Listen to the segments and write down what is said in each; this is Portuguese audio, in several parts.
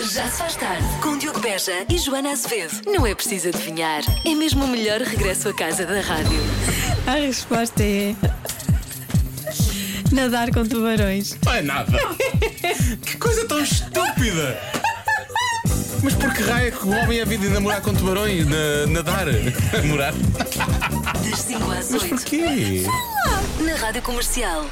Já se faz tarde com Diogo Beja e Joana Azevedo. Não é preciso adivinhar, é mesmo o melhor regresso à casa da rádio. A resposta é. Nadar com tubarões. Não é nada. que coisa tão estúpida. Mas por que raio é que o homem é vida de namorar com tubarões? Na, nadar? Namorar? Das 5 às Mas 8, porquê? na rádio comercial.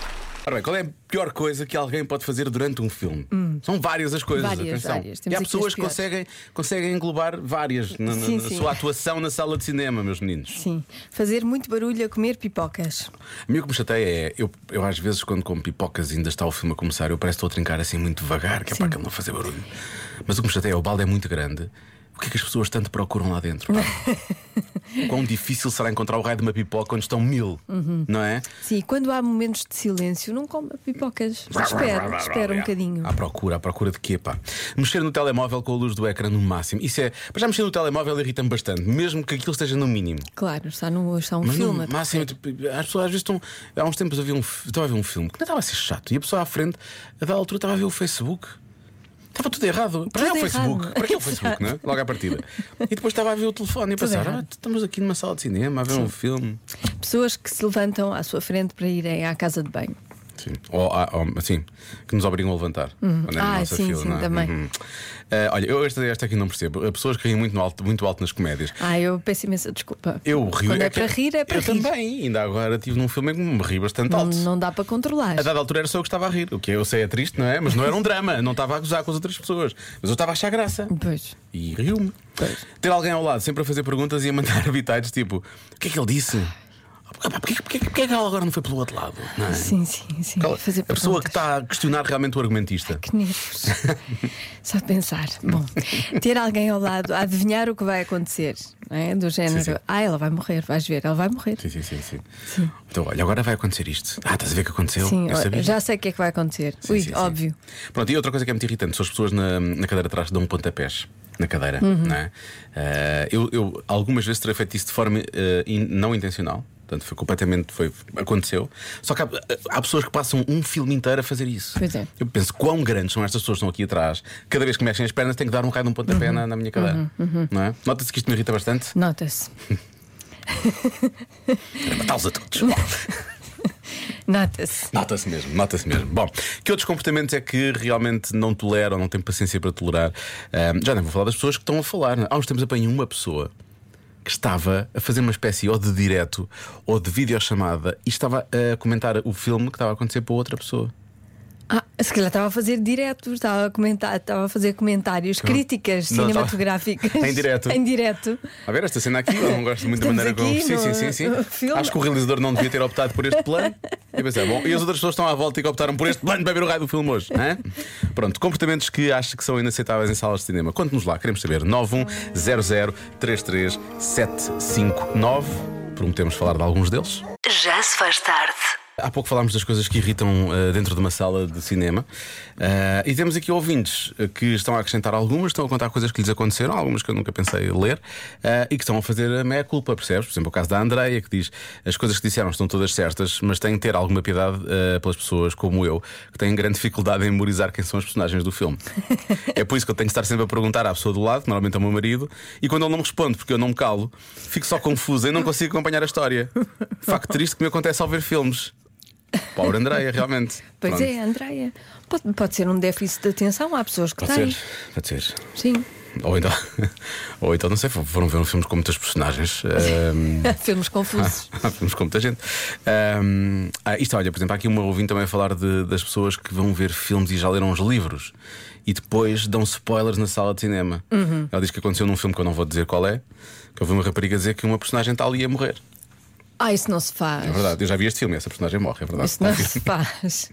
Ora bem, qual é a pior coisa que alguém pode fazer durante um filme? São várias as coisas, Hum. Várias, atenção. várias. E Temos há aqui as pessoas que piores. conseguem, conseguem englobar várias na, na- Sim, na sim. sua atuação na sala de cinema, meus meninos. Sim. Fazer muito barulho a comer pipocas. A mim o que me chateia é, eu, eu às vezes quando como pipocas e ainda está o filme a começar, eu parece que estou a trincar assim muito devagar, que é para aquele não fazer barulho. Mas o que me chateia é o balde é muito grande. O que é que as pessoas tanto procuram lá dentro? pá? o quão difícil será encontrar o raio de uma pipoca onde estão mil, Uhum. não é? Sim, e quando há momentos de silêncio, não coma pipocas. Espera, espera um bocadinho. À procura, à procura de quê, pá? Mexer no telemóvel com a luz do ecrã no máximo. Isso é. Para já mexer no telemóvel irrita-me bastante, mesmo que aquilo esteja no mínimo. Claro, está, num, está um Mas no filme. a máximo, tipo, as pessoas às vezes estão. Há uns tempos havia um, f- estava a ver um filme que não estava a ser chato e a pessoa à frente, a dada altura, estava a ver o Facebook. Estava tudo errado. Para já o Tudo errado. Facebook. Para que o Facebook, não é? Logo à partida. E depois estava a ver o telefone e a pensar: errado. ah, estamos aqui numa sala de cinema a ver um filme. correr. Pessoas que se levantam à sua frente para irem à casa de banho. Sim. Ou, ah, ou, assim, que nos obrigam a levantar. Quando é na Ah, nossa sim, fila, sim, não é? também. Uhum. Ah, olha, eu esta, esta aqui não percebo. Há Pessoas que riem muito, no alto, muito alto nas comédias. Ah, eu peço imensa desculpa. Eu rio. Quando é até- para rir, é para eu rir. também. Ainda agora tive num filme em que me ri bastante Não, alto. não dá para controlar. A dada altura era só eu que estava a rir. O que eu sei é triste, não é? Mas não era um drama. Não estava a gozar com as outras pessoas. Mas eu estava a achar graça. Pois. E riu-me. Pois. Ter alguém ao lado sempre a fazer perguntas e a mandar bitites tipo: o que é que ele disse? Ah, pá, Porquê, porquê, porquê é que ela agora não foi pelo outro lado? Não é? Sim, sim, sim. Aquela- Fazer a pessoa que perguntas. está a questionar realmente o argumentista. Que nervos. Só de pensar. Bom, ter alguém ao lado a adivinhar o que vai acontecer, não é? do género, Sim, sim. ah, ela vai morrer, vais ver, ela vai morrer. Sim, sim, sim, sim. Então, olha, agora vai acontecer isto. Ah, estás a ver o que aconteceu? Sim, eu ó, sabia. já sei o que é que vai acontecer. Sim, Ui, sim, sim. óbvio. Pronto, e outra coisa que é muito irritante são as pessoas na, na cadeira atrás que dão pontapés na cadeira. Uhum. Não é? Eh, eu, eu algumas vezes terei feito isso de forma eh, in- não intencional. Portanto, foi completamente. Foi, aconteceu. Só que há, há pessoas que passam um filme inteiro a fazer isso. Pois é. Eu penso quão grandes são estas pessoas que estão aqui atrás. Cada vez que mexem as pernas, tenho que dar um raio de um pontapé Uhum. na, na minha cadeira. Não é? Nota-se que isto me irrita bastante. Nota-se. Para matá-los a todos. Bom, Nota-se. Nota-se mesmo, nota-se mesmo. Bom, que outros comportamentos é que realmente não toleram, não têm paciência para tolerar? Ahm, já nem vou falar das pessoas que estão a falar. não é? Há uns tempos apanhei uma pessoa que estava a fazer uma espécie ou de direto ou de videochamada e estava a comentar o filme que estava a acontecer para outra pessoa. Ah, se calhar estava a fazer direto, estava a, comentar, estava a fazer comentários, críticas Não, estava- cinematográficas. Em direto. Em direto. A ver, esta cena aqui, eu não gosto muito da Estamos maneira como. aqui Sim, sim, no- sim, sim. no filme. Acho que o realizador não devia ter optado por este plano. E pensei, bom, e as outras pessoas estão à volta e que optaram por este plano para ver o raio do filme hoje. hã? Pronto, comportamentos que acho que são inaceitáveis em salas de cinema. Conte-nos lá, queremos saber. 910033759. Prometemos falar de alguns deles. Já se faz tarde. Há pouco falámos das coisas que irritam eh, dentro de uma sala de cinema Eh, e temos aqui ouvintes eh, que estão a acrescentar algumas, estão a contar coisas que lhes aconteceram, algumas que eu nunca pensei ler eh, e que estão a fazer a meia culpa, percebes? Por exemplo, o caso da Andreia que diz as coisas que disseram estão todas certas, mas têm que ter alguma piedade eh, pelas pessoas como eu que têm grande dificuldade em memorizar quem são os personagens do filme. é por isso que eu tenho que estar sempre a perguntar à pessoa do lado, que normalmente é o meu marido, e quando ele não me responde porque eu não me calo, fico só confuso e não consigo acompanhar a história. Facto triste que me acontece ao ver filmes. Pobre Andreia, realmente. Pois Pronto. é, Andreia. Pode, pode ser um déficit de atenção, há pessoas que Pode têm. ser, pode ser. Sim. Ou então, ou então, não sei, foram ver um filme com muitas personagens. ehm, Filmes confusos. Vamos com muita gente. Ahm, ah, isto, olha, por exemplo, há aqui uma ouvinte também a falar de- das pessoas que vão ver filmes e já leram os livros e depois dão spoilers na sala de cinema. Uhum. Ela diz que aconteceu num filme que eu não vou dizer qual é, que houve uma rapariga dizer que uma personagem tal ia morrer. Ah, isso não se faz. É verdade, eu já vi este filme, essa personagem morre, é verdade. Isso não se faz.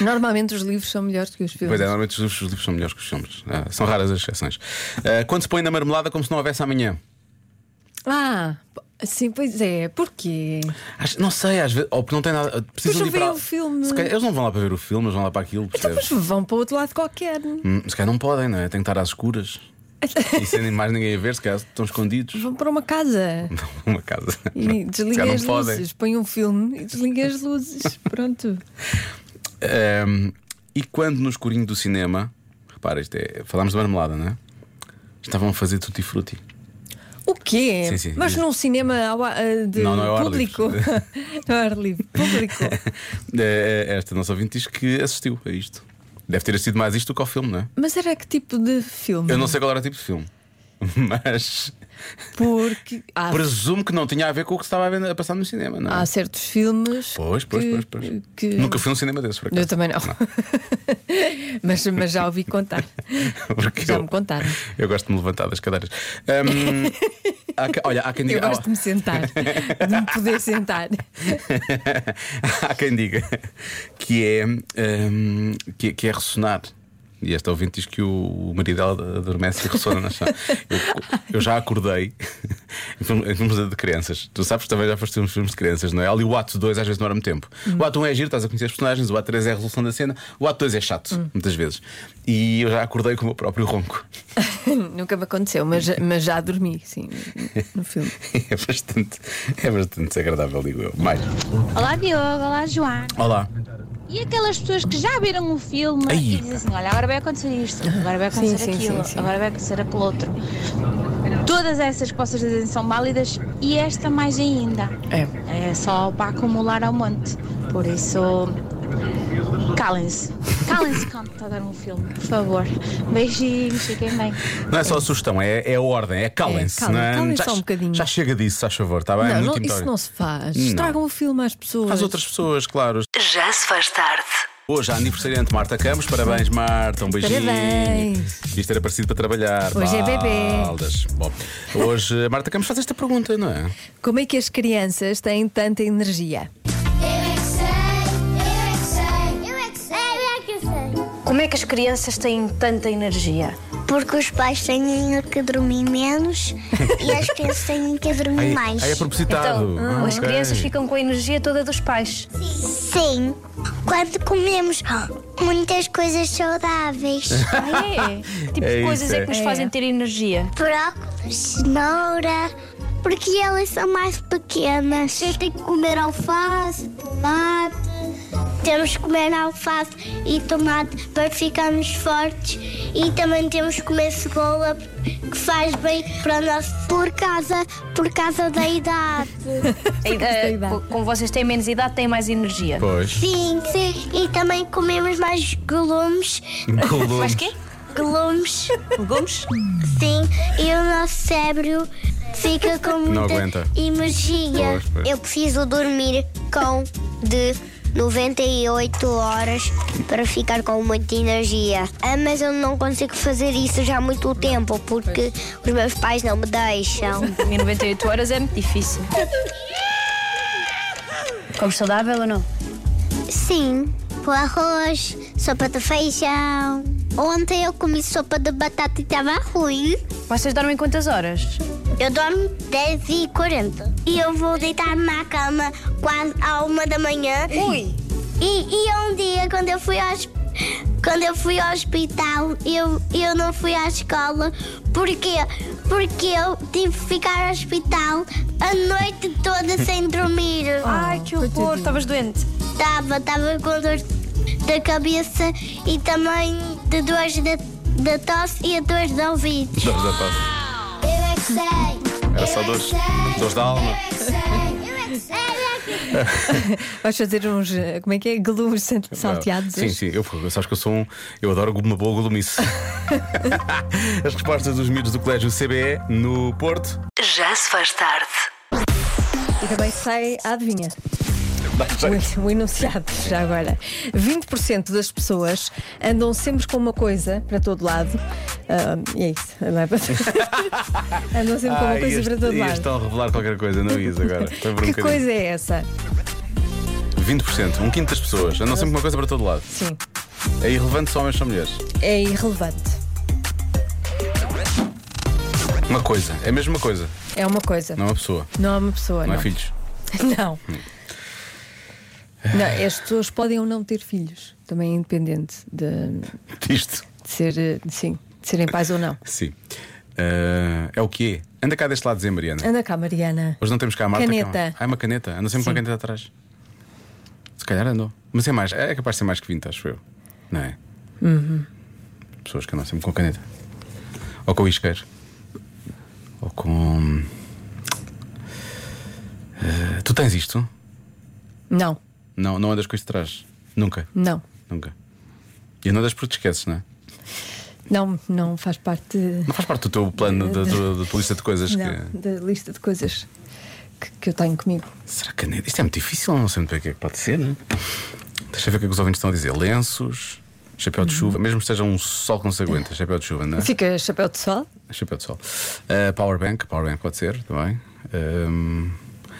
Normalmente os livros são melhores que os filmes. Pois é, normalmente os livros, os livros são melhores que os filmes. Ah, são raras as exceções. Ah, quando se põe na marmelada como se não houvesse amanhã. Ah, sim, pois é. Porquê? Acho- não sei, às vezes. Ou porque não tem nada. Precisam Mas de ir para- vê o filme. Se calhar- eles não vão lá para ver o filme, eles vão lá para aquilo. Então, percebes? mas vão para outro lado qualquer. Hum, Se calhar não podem, não é? Tem que estar às escuras. E sem mais ninguém a ver, se calhar estão escondidos. Vão para uma casa Vão a Uma casa. e Se calhar desliguem não as podem. luzes. Põe um filme e desliguem as luzes. Pronto. Ahm, e quando no escurinho do cinema. repara, isto é. Falámos de marmelada, não é? Estavam a fazer tutti frutti. O quê? Sim, sim. Mas num cinema ao ar- eh, de Não, não é ao ar público. livre. no ar livre, público. Eh, Esta nossa ouvinte diz que assistiu a isto. Deve ter assistido mais isto do que ao filme, não é? Mas era que tipo de filme? Eu não sei qual era o tipo de filme, mas Porque há, presumo que não tinha a ver com o que se estava a, ver- a passar no cinema, não é? há certos filmes. Pois, pois, Ah, que- pois, pois. que- Nunca fui a um cinema desse, por Eu acaso. também não. mas, mas já ouvi contar. Porque Já eu- me contaram. Eu gosto de me levantar das cadeiras. Ahm, há que- olha, há quem Eu diga. gosto de me sentar, de me poder sentar. há quem diga que é, ahm, que, é- que é ressonar. E esta ouvinte diz que o, o marido dela adormece e ressona na chão. Eu, eu já acordei em filmes- em filmes de crianças. Tu sabes que também já foste uns filmes de crianças, não é? Ali o ato 2 às vezes não era muito tempo. O ato 1 é giro, estás a conhecer as personagens, o ato 3 é a resolução da cena, o ato 2 é chato, muitas vezes. E eu já acordei com o meu próprio ronco. Nunca me aconteceu, mas, já- mas já dormi, sim, no filme. É bastante, é bastante desagradável, digo eu. Mais. Olá Diogo, olá Joana. Olá. E aquelas pessoas que já viram o filme Ai. e dizem assim: olha, agora vai acontecer isto, agora vai acontecer Sim, sim, aquilo, sim, sim. agora vai acontecer aquele outro. Todas essas que vocês dizem são válidas e esta mais ainda. É. É só para acumular ao monte. Por isso, calem-se. Calem-se quando está a dar um filme, por favor. Beijinhos, fiquem bem. Não é só a sugestão, é, é a ordem, é calem-se. É, calem- não é? calem-se já, só um bocadinho. Já chega disso, se faz favor, está bem? não, Ah, é Muito não- isso importante. não se faz. Estragam o filme às pessoas. As outras pessoas, claro. Já se faz tarde. Hoje há aniversariante Marta Campos, parabéns Marta, um beijinho. Parabéns. Isto era parecido para trabalhar. Hoje é bebê. Baldas. Bom, hoje a Marta Campos faz esta pergunta, não é? Como é que as crianças têm tanta energia? Como é que as crianças têm tanta energia? Porque os pais têm que dormir menos e as crianças têm que dormir Ai, mais. ai, é propositado. Então, Ah, as ok. crianças ficam com a energia toda dos pais. Sim, quando comemos muitas coisas saudáveis: É. Tipo, É de coisas isso, é é. que nos É. fazem ter energia. brócolis, cenoura, porque elas são mais pequenas. Vocês têm que comer alface, tomate. Temos que comer alface e tomate para ficarmos fortes. E também temos que comer cebola, que faz bem para nós, por causa, por causa da idade. E, eh, idade. co- como vocês têm menos idade, têm mais energia. Pois. Sim, sim. E também comemos mais glumes. Mas quê? Glumes, Legumes? sim. E o nosso cérebro fica com Não muita aguenta. energia. Pois, pois. Eu preciso dormir com de 98 horas para ficar com muita energia. Ah, mas eu não consigo fazer isso já há muito tempo porque os meus pais não me deixam. Em 98 horas é muito difícil. Comes saudável ou não? Sim, com arroz, sopa de feijão. Ontem eu comi sopa de batata e estava ruim. Vocês dormem quantas horas? Eu dormo 10 e 40 E eu vou deitar-me na cama quase à uma da manhã. Ui! E, e um dia, quando eu fui ao, hos- quando eu fui ao hospital, eu, eu não fui à escola. Porquê? Porque eu tive que ficar ao hospital a noite toda sem dormir. Ai, que horror, estavas doente. Estava, estava com dor da cabeça e também de dores da, da tosse e a dores do ouvido. Dores da tosse. Eu é que sei. Era só dores. Dores da é alma. Vais fazer uns, eh, como é que é? Glumes san- salteados? Sim, sim, eu sabes que eu sou um. Eu adoro uma boa golomice. As respostas dos miúdos do Colégio CBE no Porto. Já se faz tarde. E também sei, adivinha, Dá jeito. o, o enunciado, já agora. 20% das pessoas andam sempre com uma coisa para todo lado. Ah, e é isso, não é? andam sempre com uma Ah, coisa ias- para todo ias lado. Estão a revelar qualquer coisa, não ias agora. Foi por um Que bocadinho. coisa é essa? 20%, um quinto das pessoas. Andam sempre uma coisa para todo lado. Sim, É irrelevante só homens ou mulheres. é irrelevante. Uma coisa, é a mesma coisa. É uma coisa, Não é uma pessoa, não é uma pessoa. não, é Hum. filhos. Não. Não, as pessoas podem ou não ter filhos, também é independente de, Isto. de ser, eh, sim, de serem pais ou não. Sim. Ah, é o que é? Anda cá deste lado, Zé Mariana. Anda cá, Mariana. Hoje não temos cá a Marta. Caneta. que é uma- Ah, é uma caneta. Anda sempre com uma Sim. caneta atrás. Uhum. Se calhar andou. Mas é mais. É capaz de ser mais que 20, acho eu. Não é? pessoas que andam sempre com caneta. Ou com isqueiro. Ou com. Eh, tu tens isto? Não, Não, não andas com isto de trás. Nunca. não. Nunca. E não andas porque te esqueces, não é? Não, não faz parte. Não faz parte do teu plano, da, tua- da tua lista de coisas Não, que. é. da lista de coisas que, que eu tenho comigo. Será caneta? Isto é muito difícil, não sei muito bem o que é que pode ser, né? Deixa eu ver o que é que os ouvintes estão a dizer. Lenços, chapéu de chuva, mesmo que seja um sol que não se aguenta, chapéu de chuva, não é? Fica chapéu de sol? Chapéu de sol. Uh, powerbank, powerbank pode ser também. Um,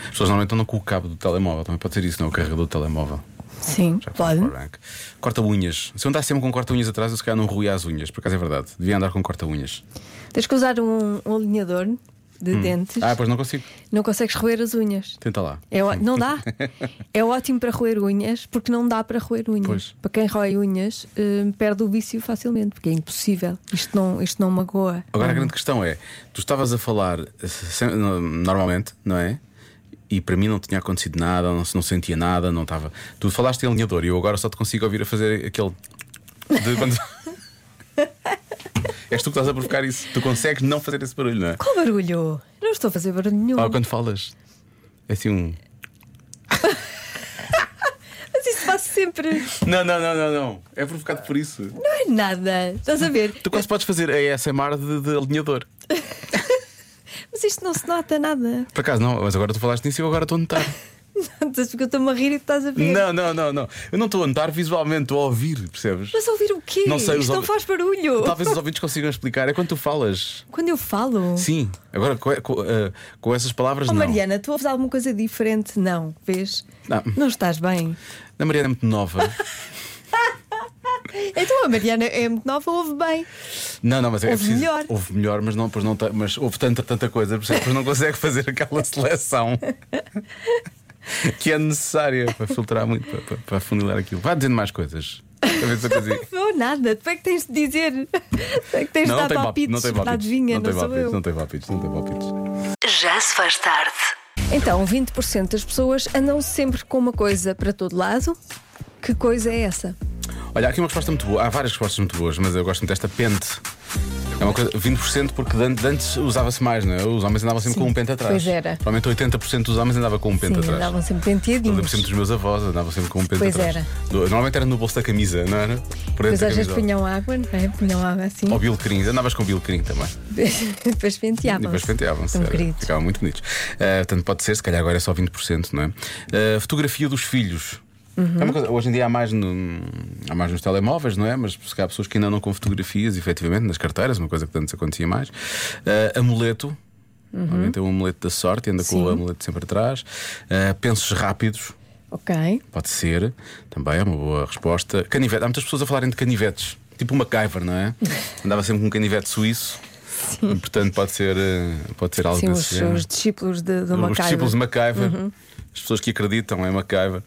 as pessoas normalmente andam com o cabo do telemóvel, também pode ser isso, não? é? O carregador do telemóvel. Sim, Já que pode. falamos de powerbank. Corta-unhas. Se eu andasse sempre com corta-unhas atrás, eu se calhar não ruía as unhas, por acaso é verdade. Devia andar com corta-unhas. Tens que usar um, um alinhador de dentes. é. Ah, pois não consigo. Não consegues roer as unhas. Tenta lá. É ó- não dá. É ótimo para roer unhas, porque não dá para roer unhas. Pois. Para quem rói unhas, eh, perde o vício facilmente, porque é impossível. Isto não, isto não magoa. Agora a grande questão é: tu estavas a falar eh, sem- no- normalmente, não é? E para mim não tinha acontecido nada, não, se- não sentia nada, não estava. Tu falaste em alinhador e eu agora só te consigo ouvir a fazer aquele. De quando... És tu que estás a provocar isso. Tu consegues não fazer esse barulho, não é? Qual barulho? Não estou a fazer barulho nenhum. Ou Ah, quando falas. É assim um. Mas isso faço sempre. Não, não, não, não, não. É provocado por isso. Não é nada. Estás a ver? Tu quase podes fazer a ASMR de, de alinhador. Mas isto não se nota nada. Por acaso não, mas agora tu falaste nisso e eu agora estou a notar. Estás porque eu estou-me a rir e tu estás a ver. Não, não, não, não. Eu não estou a notar visualmente, estou a ouvir, percebes? Mas ouvir o quê? Não sei, os isto não ouvi- faz barulho. Talvez os ouvintes consigam explicar. É quando tu falas. Quando eu falo. Sim. Agora, co- co- eh, com, essas palavras, Oh, não. Mariana, tu ouves alguma coisa diferente? Não, vês? Não. estás bem. A Mariana é muito nova. Então a Mariana é muito nova, ouve bem. não, não, mas é Ouve preciso. melhor. Houve melhor, mas não, pois não, ta- mas houve tanta, tanta coisa, percebes? Pois não consegue fazer aquela seleção que é necessária para filtrar muito, para, para, para afunilar aquilo. Vá dizendo mais coisas. Talvez eu consiga. Não, nada. Tu é que tens de dizer. Tu é que tens Não, não de tem dar palpites, não tem para a palpites. adivinha, não, tem não sou palpites, eu. não tem palpites, não tem palpites. Já se faz tarde. Então, 20% das pessoas andam sempre com uma coisa para todo lado. Que coisa é essa? Olha, há aqui uma resposta muito boa. Há várias respostas muito boas, mas eu gosto muito desta pente. É uma coisa, 20% porque de antes, de antes usava-se mais, não é? Os homens andavam sempre Sim, com um pente atrás. pois era. Provavelmente 80% dos homens andava com um pente Sim, atrás. andavam sempre Eu lembro sempre penteadinhos. dos meus avós, andavam sempre com um pente Pois atrás. era. Do- Normalmente era no bolso da camisa, não era? Por Depois dentro da às vezes camisa. punham água, não é? Punham água assim. Ou bilcrim, andavas com bilcrim também. Depois E penteavam. depois penteavam-se. Tão era- queridos. Ficavam muito bonitos. Ah, portanto, pode ser, se calhar agora é só 20%, não é? Ah, fotografia dos filhos. Uhum. É uma coisa- hoje em dia há mais, no- há mais nos telemóveis, não é? Mas se calhar há pessoas que ainda andam com fotografias, efetivamente, nas carteiras, uma coisa que antes acontecia mais. Ah, amuleto. Uhum. Alguém tem um amuleto da sorte, anda com o amuleto sempre atrás. Ah, pensos rápidos. Ok. Pode ser, também é uma boa resposta. Canivete, há muitas pessoas a falarem de canivetes, tipo o MacGyver, não é? Andava sempre com um canivete suíço. E, portanto, pode ser, eh, pode ser algo Sim, desse os, género. os discípulos de, Uhum. do Os Macaio. discípulos de MacGyver, as pessoas que acreditam em MacGyver.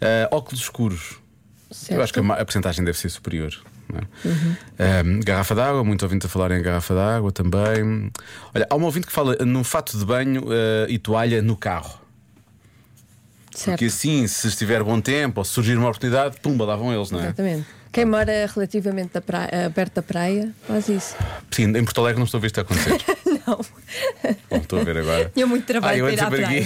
Eh, óculos escuros. Eu acho que é a, ma- a porcentagem deve ser superior. não é? Uhum. Eh, garrafa d'água, muito ouvinte a falar em garrafa d'água também. Olha, há um ouvinte que fala num fato de banho eh, e toalha no carro. Porque assim, se estiver bom tempo ou se surgir uma oportunidade, pumba, lá vão eles, não é? Exatamente. Quem mora relativamente da praia, perto da praia faz isso. Sim, em Porto Alegre não estou a ver isto a acontecer. Não. Bom, estou a ver agora. Tinha muito trabalho Ah, eu para ir antes à de ver praia.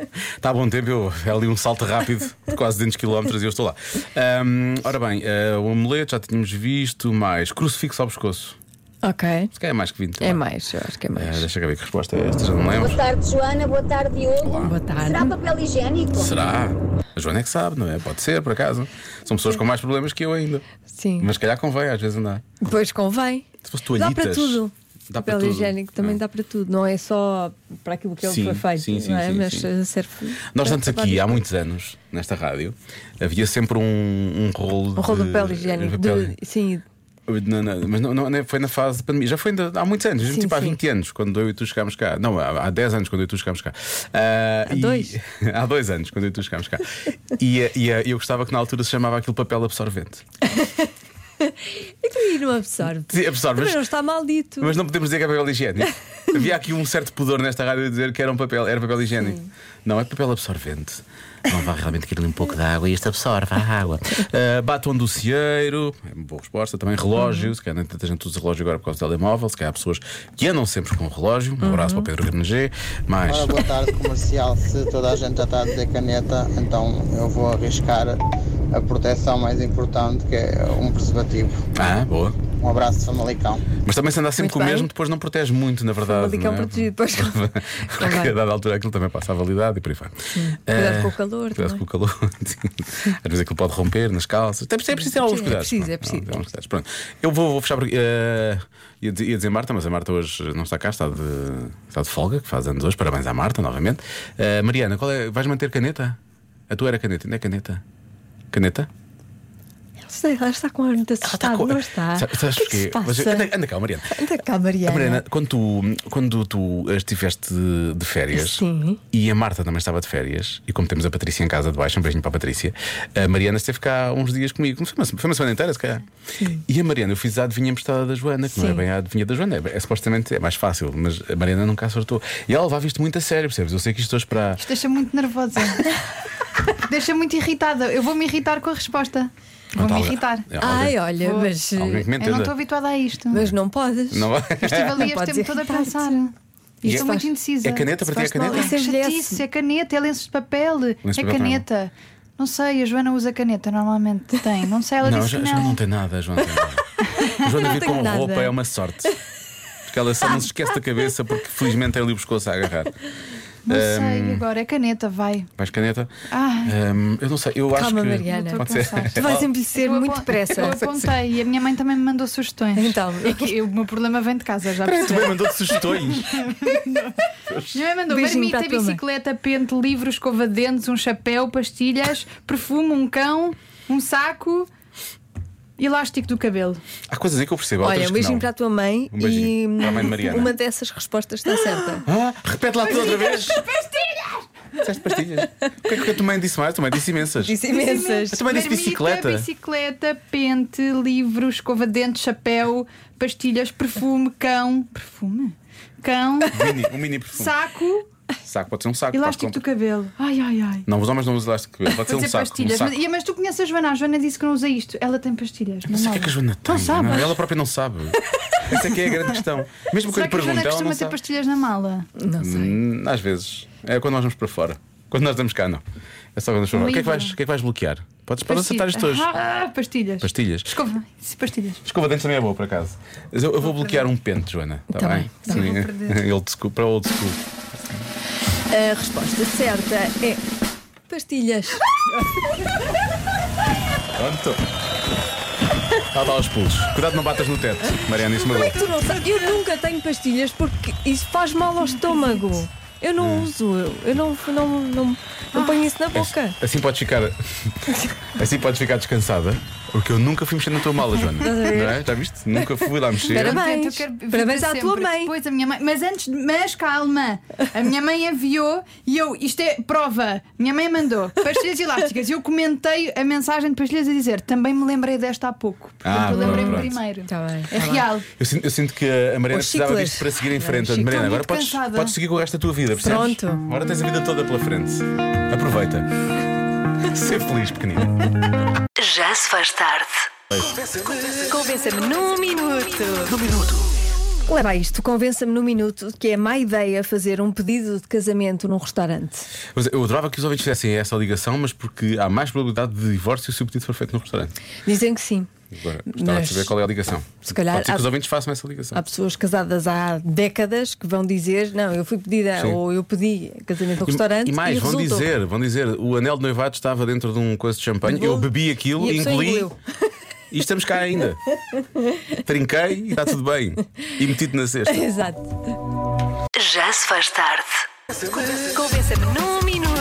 aqui. Está a bom tempo, eu, é ali um salto rápido de quase 200 km e eu estou lá. Ahm, ora bem, ah, o amuleto já tínhamos visto, mais crucifixo ao pescoço. Ok. Se calhar é mais que 20. É lá. mais, eu acho que é Ah, mais. deixa eu ver que resposta é esta, já não me Boa lembro. tarde, Joana. Boa tarde, Diogo. Boa tarde. Será papel higiênico? Será? A Joana é que sabe, não é? Pode ser, por acaso. São pessoas com mais problemas que eu ainda. Sim. Mas se calhar convém às vezes andar. Depois convém. Se fosse Dá toalhitas, para tudo. Dá para Papel tudo. higiênico também dá para tudo. Não é só para aquilo que ele Sim, foi feito, sim, sim, não é? sim, mas sim. eh, serve. Nós para várias antes aqui, há coisas. muitos anos, nesta rádio, havia sempre um, um rolo Um rolo de de papel higiênico. papel- de- sim, Não, não, mas não, não, não, foi na fase de pandemia. Já foi ainda há muitos anos, Sim, tipo há sim. 20 anos, quando eu e tu chegámos cá. Não, há, há 10 anos, quando eu e tu chegámos cá. Ah, Há e- dois? há dois anos, quando eu e tu chegámos cá. e, eh, e eh, eu gostava que na altura se chamava aquilo papel absorvente. Aquilo aí não absorve. Sim, absorve, Também mas- não está maldito. Mas não podemos dizer que é papel higiênico. Havia aqui um certo pudor nesta rádio de dizer que era um papel, era papel higiênico. Não, é papel absorvente. Não vá realmente cair um pouco de água e isto absorve a água. Ah, batom do cieiro, é uma boa resposta. Também relógio, se calhar nem tanta gente usa relógio agora por causa do telemóvel. Se calhar há pessoas que andam sempre com relógio. Um abraço para o Pedro Renegê. Mais. Ora, boa tarde, comercial. Se toda a gente já está a dizer caneta, então eu vou arriscar a proteção mais importante, que é um preservativo. Ah, boa. Um abraço, Famalicão. Mas também se andar sempre Muito com o bem. mesmo, depois não protege muito, na verdade. Famalicão não é? protegido, pois. Porque a dada altura aquilo também passa a validade e por aí vai. Cuidado Eh, com o calor Cuidado também. com o calor. sim. Às vezes aquilo pode romper nas calças. É preciso, é preciso ter alguns É cuidados. preciso, é Pronto, preciso. há alguns cuidados. Pronto. Eu vou, vou fechar porque. eh, ia, dizer, ia dizer Marta, mas a Marta hoje não está cá, está de, está de folga, que faz anos hoje. Parabéns à Marta, novamente. Eh, Mariana, qual é, vais manter caneta? A tua era caneta, não é caneta? Caneta? Sei, ela está com ar muito assustada, com- Ah, não está? Sa- Sabes o que é que se porquê? Mas- passa? anda, anda cá, Mariana. Anda cá, Mariana. Ah, Mariana, quando tu, quando tu estiveste de- de férias Sim. e a Marta também estava de férias, e como temos a Patrícia em casa de baixo, um beijinho para a Patrícia, a Mariana esteve cá uns dias comigo, foi uma, foi uma semana inteira, se calhar. E a Mariana, eu fiz a adivinha emprestada da Joana, que não é Sim. bem a adivinha da Joana, é, é supostamente é mais fácil, mas a Mariana nunca acertou. E ela levava isto muito a sério, percebes? Eu sei que isto hoje para. Isto deixa muito nervosa. deixa muito irritada. Eu vou me irritar com a resposta. Vou me Tal- irritar. É, Ai, alguém- olha, Vou. mas. eh, Alguém que me Eu não estou entenda. habituada a isto. Mas não podes. Não vai. Estive ali Não este podes tempo todo a irritar-te. pensar. Isto Estou faz- muito indecisa. é caneta? Para ti é Faz mal. caneta? Ai, que Isso envelhece. chatice, é caneta, é lenços de papel. de é papel, caneta. Não sei, a Joana usa caneta, normalmente tem. Não sei, ela Não, a disse Jo- que a Joana não. não tem nada, a Joana tem nada. A Joana Não vir tenho com nada. roupa é uma sorte. Porque ela só não se esquece da cabeça porque felizmente tem ali o pescoço a agarrar. Não Hum. sei, agora é caneta, vai. Mais caneta? Ah. Hum, eu não sei, eu acho que. Calma, Mariana. Pode ser. Eu estou a Tu vais envelhecer Eu apo- muito depressa. Eu apontei e a minha mãe também me mandou sugestões. Então. É que eu- o meu problema vem de casa, já Parece que percebi. também mandou-te sugestões. Minha mãe mandou Um Beijinho é, marmita, para a tua mãe. bicicleta, pente, livro, escova de dentes, um chapéu, pastilhas, perfume, um cão, um saco, elástico do cabelo. Há coisas aí que eu percebo. há Olha, outras um que beijinho não. para a tua mãe Um beijinho e para a mãe de Mariana. uma dessas respostas está certa. Ah, repete lá tudo outra vez. Pastilhas! Disseste pastilhas? O que é que a tua mãe disse mais? A tua mãe disse imensas. Disse imensas. A tua mãe disse Marmita, bicicleta. bicicleta, pente, livro, escova de dentes, chapéu, pastilhas, perfume, cão. Perfume? Cão, Mini, um mini perfume. saco, Saco, pode ser um saco. elástico pode ser do cabelo. Ai, ai, ai. um- Não, os homens não usam elástico. Pode, pode ser Vou um dizer saco. Um pastilhas. saco. Mas, e- mas tu conheces a Joana? A Joana disse que não usa isto. Ela tem pastilhas. Não sei o que é que a Joana tem. Não sabe. Ela própria não sabe. Essa é que é a grande questão. Mesmo quando Será que a Joana pergunta, ela costuma não ter sabe. pastilhas na mala? Não sei. Hum, Às vezes. É quando nós vamos para fora. Quando nós estamos cá, não. É só quando nós vamos. O que é que vais, o que é que vais bloquear? Podes, podes acertar isto hoje. Ah, Um pastilhas. Pastilhas. Escova. Isso, pastilhas. Escova de dentes também é boa, por acaso. Mas eu, eu vou bloquear um pente, Joana. Está Tá bem? bem, tá bem. Vou perder. Old school, para old school. A resposta certa é pastilhas. Pronto. Está a dar aos pulos. Cuidado, não batas no teto, Mariana, isso magoa. Tu não sabes? Eu nunca tenho pastilhas porque isso faz mal ao estômago. Eu Hum. não uso, eu, eu não, não, não, Ah. não ponho isso na boca. Assim podes ficar. Assim podes ficar descansada. Porque eu nunca fui mexer na tua mala, Joana. Não é? Já viste? Nunca fui lá mexer. Espera. Parabéns. Portanto, eu quero viver Parabéns à sempre. tua mãe. Pois, a minha mãe. Mas antes, de- mas calma. A minha mãe enviou e eu, isto é prova. Minha mãe mandou pastilhas elásticas. Eu comentei a mensagem de pastilhas a dizer também me lembrei desta há pouco. Portanto, Ah, eu lembrei-me pronto, pronto. primeiro. Tá bem, É tá bem. real. Eu sinto, eu sinto que a Mariana Os precisava chicles. disto para seguir em Não, frente. os é Mariana, chicles. agora Estou muito podes, cansada. podes seguir com o resto da tua vida, percebes? Pronto. Agora tens a vida toda pela frente. Aproveita. Ser feliz, pequenino. Já se faz tarde. Convença-me num minuto. Num minuto. Leva a isto, convença-me num minuto que é má ideia fazer um pedido de casamento num restaurante. Mas eu adorava que os ouvintes fizessem essa ligação, mas porque há mais probabilidade de divórcio se o pedido for feito no restaurante. Dizem que sim. Agora, gostava Mas- de saber qual é a ligação. Se calhar Pode ser que há- os ouvintes façam essa ligação. Há pessoas casadas há décadas que vão dizer: Não, eu fui pedida Sim. ou eu pedi casamento no E- restaurante. E mais, vão resultou. dizer, vão dizer, o anel de noivado estava dentro de um coisa de champanhe, eu bebi E aquilo, a pessoa engoli. engoliu. E estamos cá ainda. Trinquei e está tudo bem. E metido na cesta. Exato. Já se faz tarde. Convença-me num minuto.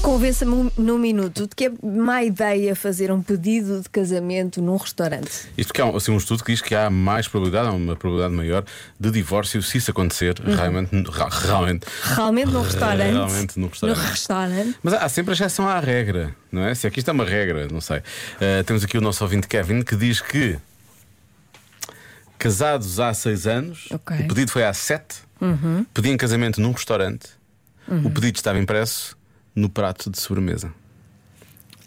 Convença-me um- num minuto de que é má ideia fazer um pedido de casamento num restaurante. Isto que é um, assim, um estudo que diz que há mais probabilidade, há uma probabilidade maior de divórcio se isso acontecer Uhum. realmente, ra- realmente. Realmente num restaurante. Eh, Realmente num restaurante. Num restaurante. Mas há- há sempre exceção à regra, não é? Se aqui está uma regra, não sei. Eh, temos aqui o nosso ouvinte Kevin que diz que casados há seis anos, Ok. Uhum. o pedido foi há sete, pedi em casamento num restaurante, o pedido estava impresso no prato de sobremesa.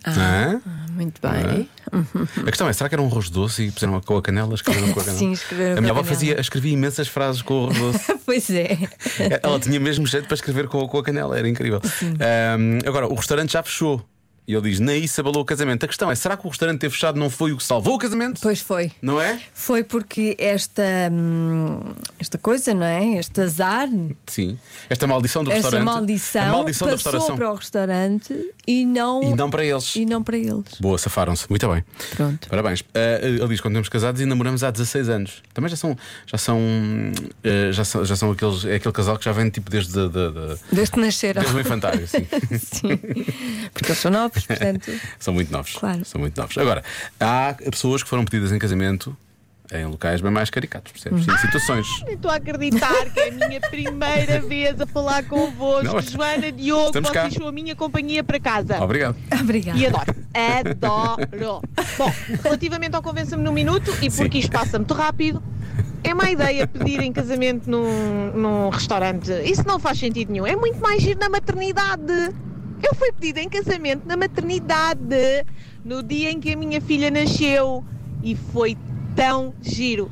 Hã? Ah, Muito bem. A questão é, será que era um arroz doce e puseram com a canela? Escreveram com a canela? Sim, escreveram a minha com a avó fazia, escrevia imensas frases com o arroz doce. Pois é. Ela tinha mesmo jeito para escrever com, com a canela, era incrível. Ahm, agora, o restaurante já fechou. E ele diz: nem isso abalou o casamento. A questão é: será que o restaurante ter fechado não foi o que salvou o casamento? Pois foi. Não é? Foi porque esta, hum, esta coisa, não é? Este azar, Sim. Esta maldição do esta restaurante. maldição, a maldição da passou restauração. para o restaurante e não, E não para eles. e não para eles. Boa, safaram-se. Muito bem. Pronto. Parabéns. Ah, ele diz: quando estamos casados e namoramos há 16 anos. Também já são. Já são. ah, já são, já são aqueles, é aquele casal que já vem tipo desde. De, de- Desde que nasceram. desde o infantário, sim. Sim. Porque eles são novos, portanto. São muito novos. Claro. São muito novos. Agora, há pessoas que foram pedidas em casamento em locais bem mais caricatos, percebes? Hum. Em situações. Estou a acreditar que é a minha primeira vez a falar convosco. Não, é. Joana, Diogo, estamos vocês cá. são a minha companhia para casa. Obrigado. Obrigada. E adoro. Adoro. Bom, relativamente ao Convença-me num Minuto, e porque isto passa muito rápido, é má ideia pedir em casamento num, num restaurante. Isso não faz sentido nenhum. É muito mais giro na maternidade. Eu fui pedida em casamento na maternidade, no dia em que a minha filha nasceu. E foi tão giro.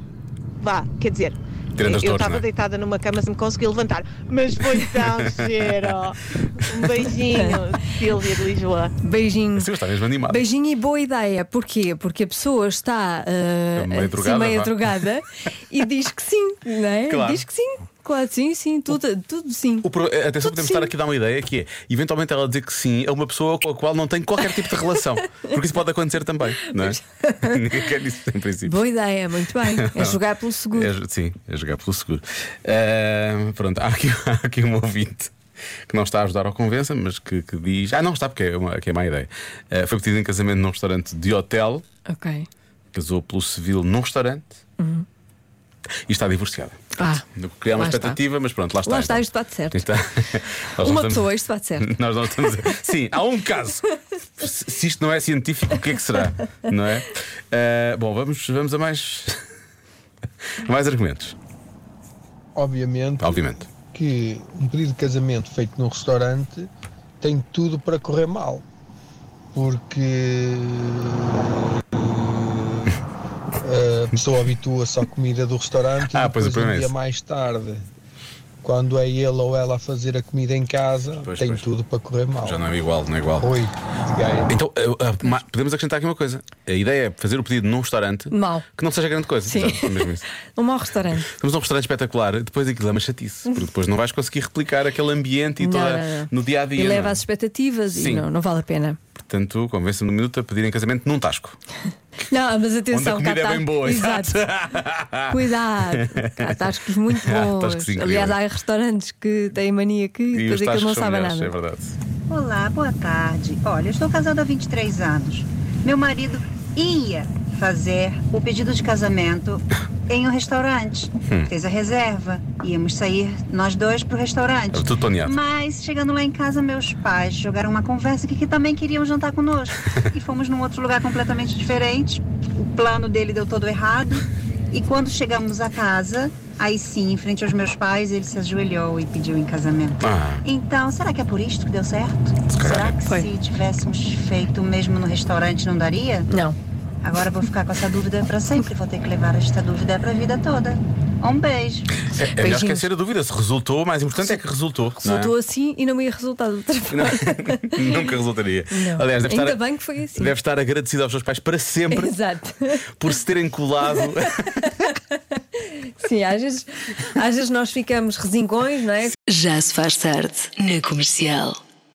Vá, quer dizer. Tirando as Eu dores, estava não é? deitada numa cama se me consegui levantar, mas foi tão giro. Um beijinho, Silvia de Lisboa. Beijinho. Sim, está mesmo animado. Beijinho e boa ideia. Porquê? Porque a pessoa está ah, É Meio assim, drogada, meio vá. drogada e diz que sim, não é? Claro. Diz que sim, claro, sim, sim, tudo, tudo sim. O pro- eh, Tudo Atenção, podemos sim. estar aqui a dar uma ideia que é, eventualmente ela dizer que sim é uma pessoa com a qual não tem qualquer tipo de relação. Porque isso pode acontecer também, não é? Ninguém quer isso em princípio. Boa ideia, muito bem. É jogar pelo seguro. É, sim, é jogar pelo seguro. Ah, pronto, há aqui, há aqui um ouvinte que não está a ajudar ao convença, mas que, que diz. Ah, não está, porque é, uma, que é má ideia. Ah, foi pedido em casamento num restaurante de hotel, Ok. casou pelo civil num restaurante e está divorciada. Uhum. Ah, Criar é uma lá está. expectativa, mas pronto, lá está. Lá está, então. isto bate certo. Está. Nós não Uma estamos- pessoa, isto bate certo. Nós não estamos. Sim, há um caso. Se se isto não é científico, o que é que será? Não é? Ah, bom, vamos, vamos a mais. a mais argumentos, Obviamente obviamente. que um pedido de casamento feito num restaurante tem tudo para correr mal. Porque eh, a pessoa habitua-se à comida do restaurante Ah, e pois, o depois problema um é dia esse. mais tarde, quando é ele ou ela a fazer a comida em casa, Pois, tem pois. tudo para correr mal. Já não é igual, não é igual. Oi, gaia. Então, eu, ah, ma- podemos acrescentar aqui uma coisa. A ideia é fazer o pedido num restaurante Mau. que não seja grande coisa. Sim. Exato, é mesmo isso. Um mau restaurante. Estamos num restaurante espetacular, depois aquilo é uma chatice, porque depois não vais conseguir replicar aquele ambiente e Não, toda, não, não. no dia a dia. E leva às expectativas Sim. e não, não vale a pena. Portanto, convence-me no minuto a pedir em casamento num tasco. Não, mas Onde a atenção, cá comida é está- bem boa. Exato. Cuidado, tá, há tascos muito Há bons. tascos incríveis. Aliás, há restaurantes que têm mania que é E os depois aquilo tascos não são sabe melhores, nada. é verdade. Olá, boa tarde. Olha, eu estou casada há 23 anos. Meu marido ia fazer o pedido de casamento em um restaurante. Fez a reserva. Íamos sair nós dois para o restaurante. Estava tudo planeado. Mas chegando lá em casa, meus pais jogaram uma conversa que, que também queriam jantar conosco. e fomos num outro lugar completamente diferente. O plano dele deu todo errado. E quando chegamos a casa, aí sim, em frente aos meus pais, ele se ajoelhou e pediu em casamento. Ah. Então, será que é por isto que deu certo? Será que Foi. se tivéssemos feito mesmo no restaurante não daria? Não. Agora vou ficar com essa dúvida para sempre, vou ter que levar esta dúvida para a vida toda. Um beijo. É, é melhor Beijinhos. esquecer a dúvida. Se resultou, o mais importante é que resultou. não é? Resultou assim e não me ia resultar de outra forma. Não- Nunca resultaria. Não. Aliás, deve Ainda estar, bem que foi assim. deve estar agradecido aos seus pais para sempre Exato. por se terem colado. Sim, às vezes, às vezes nós ficamos resingões, não é? Já se faz tarde na comercial.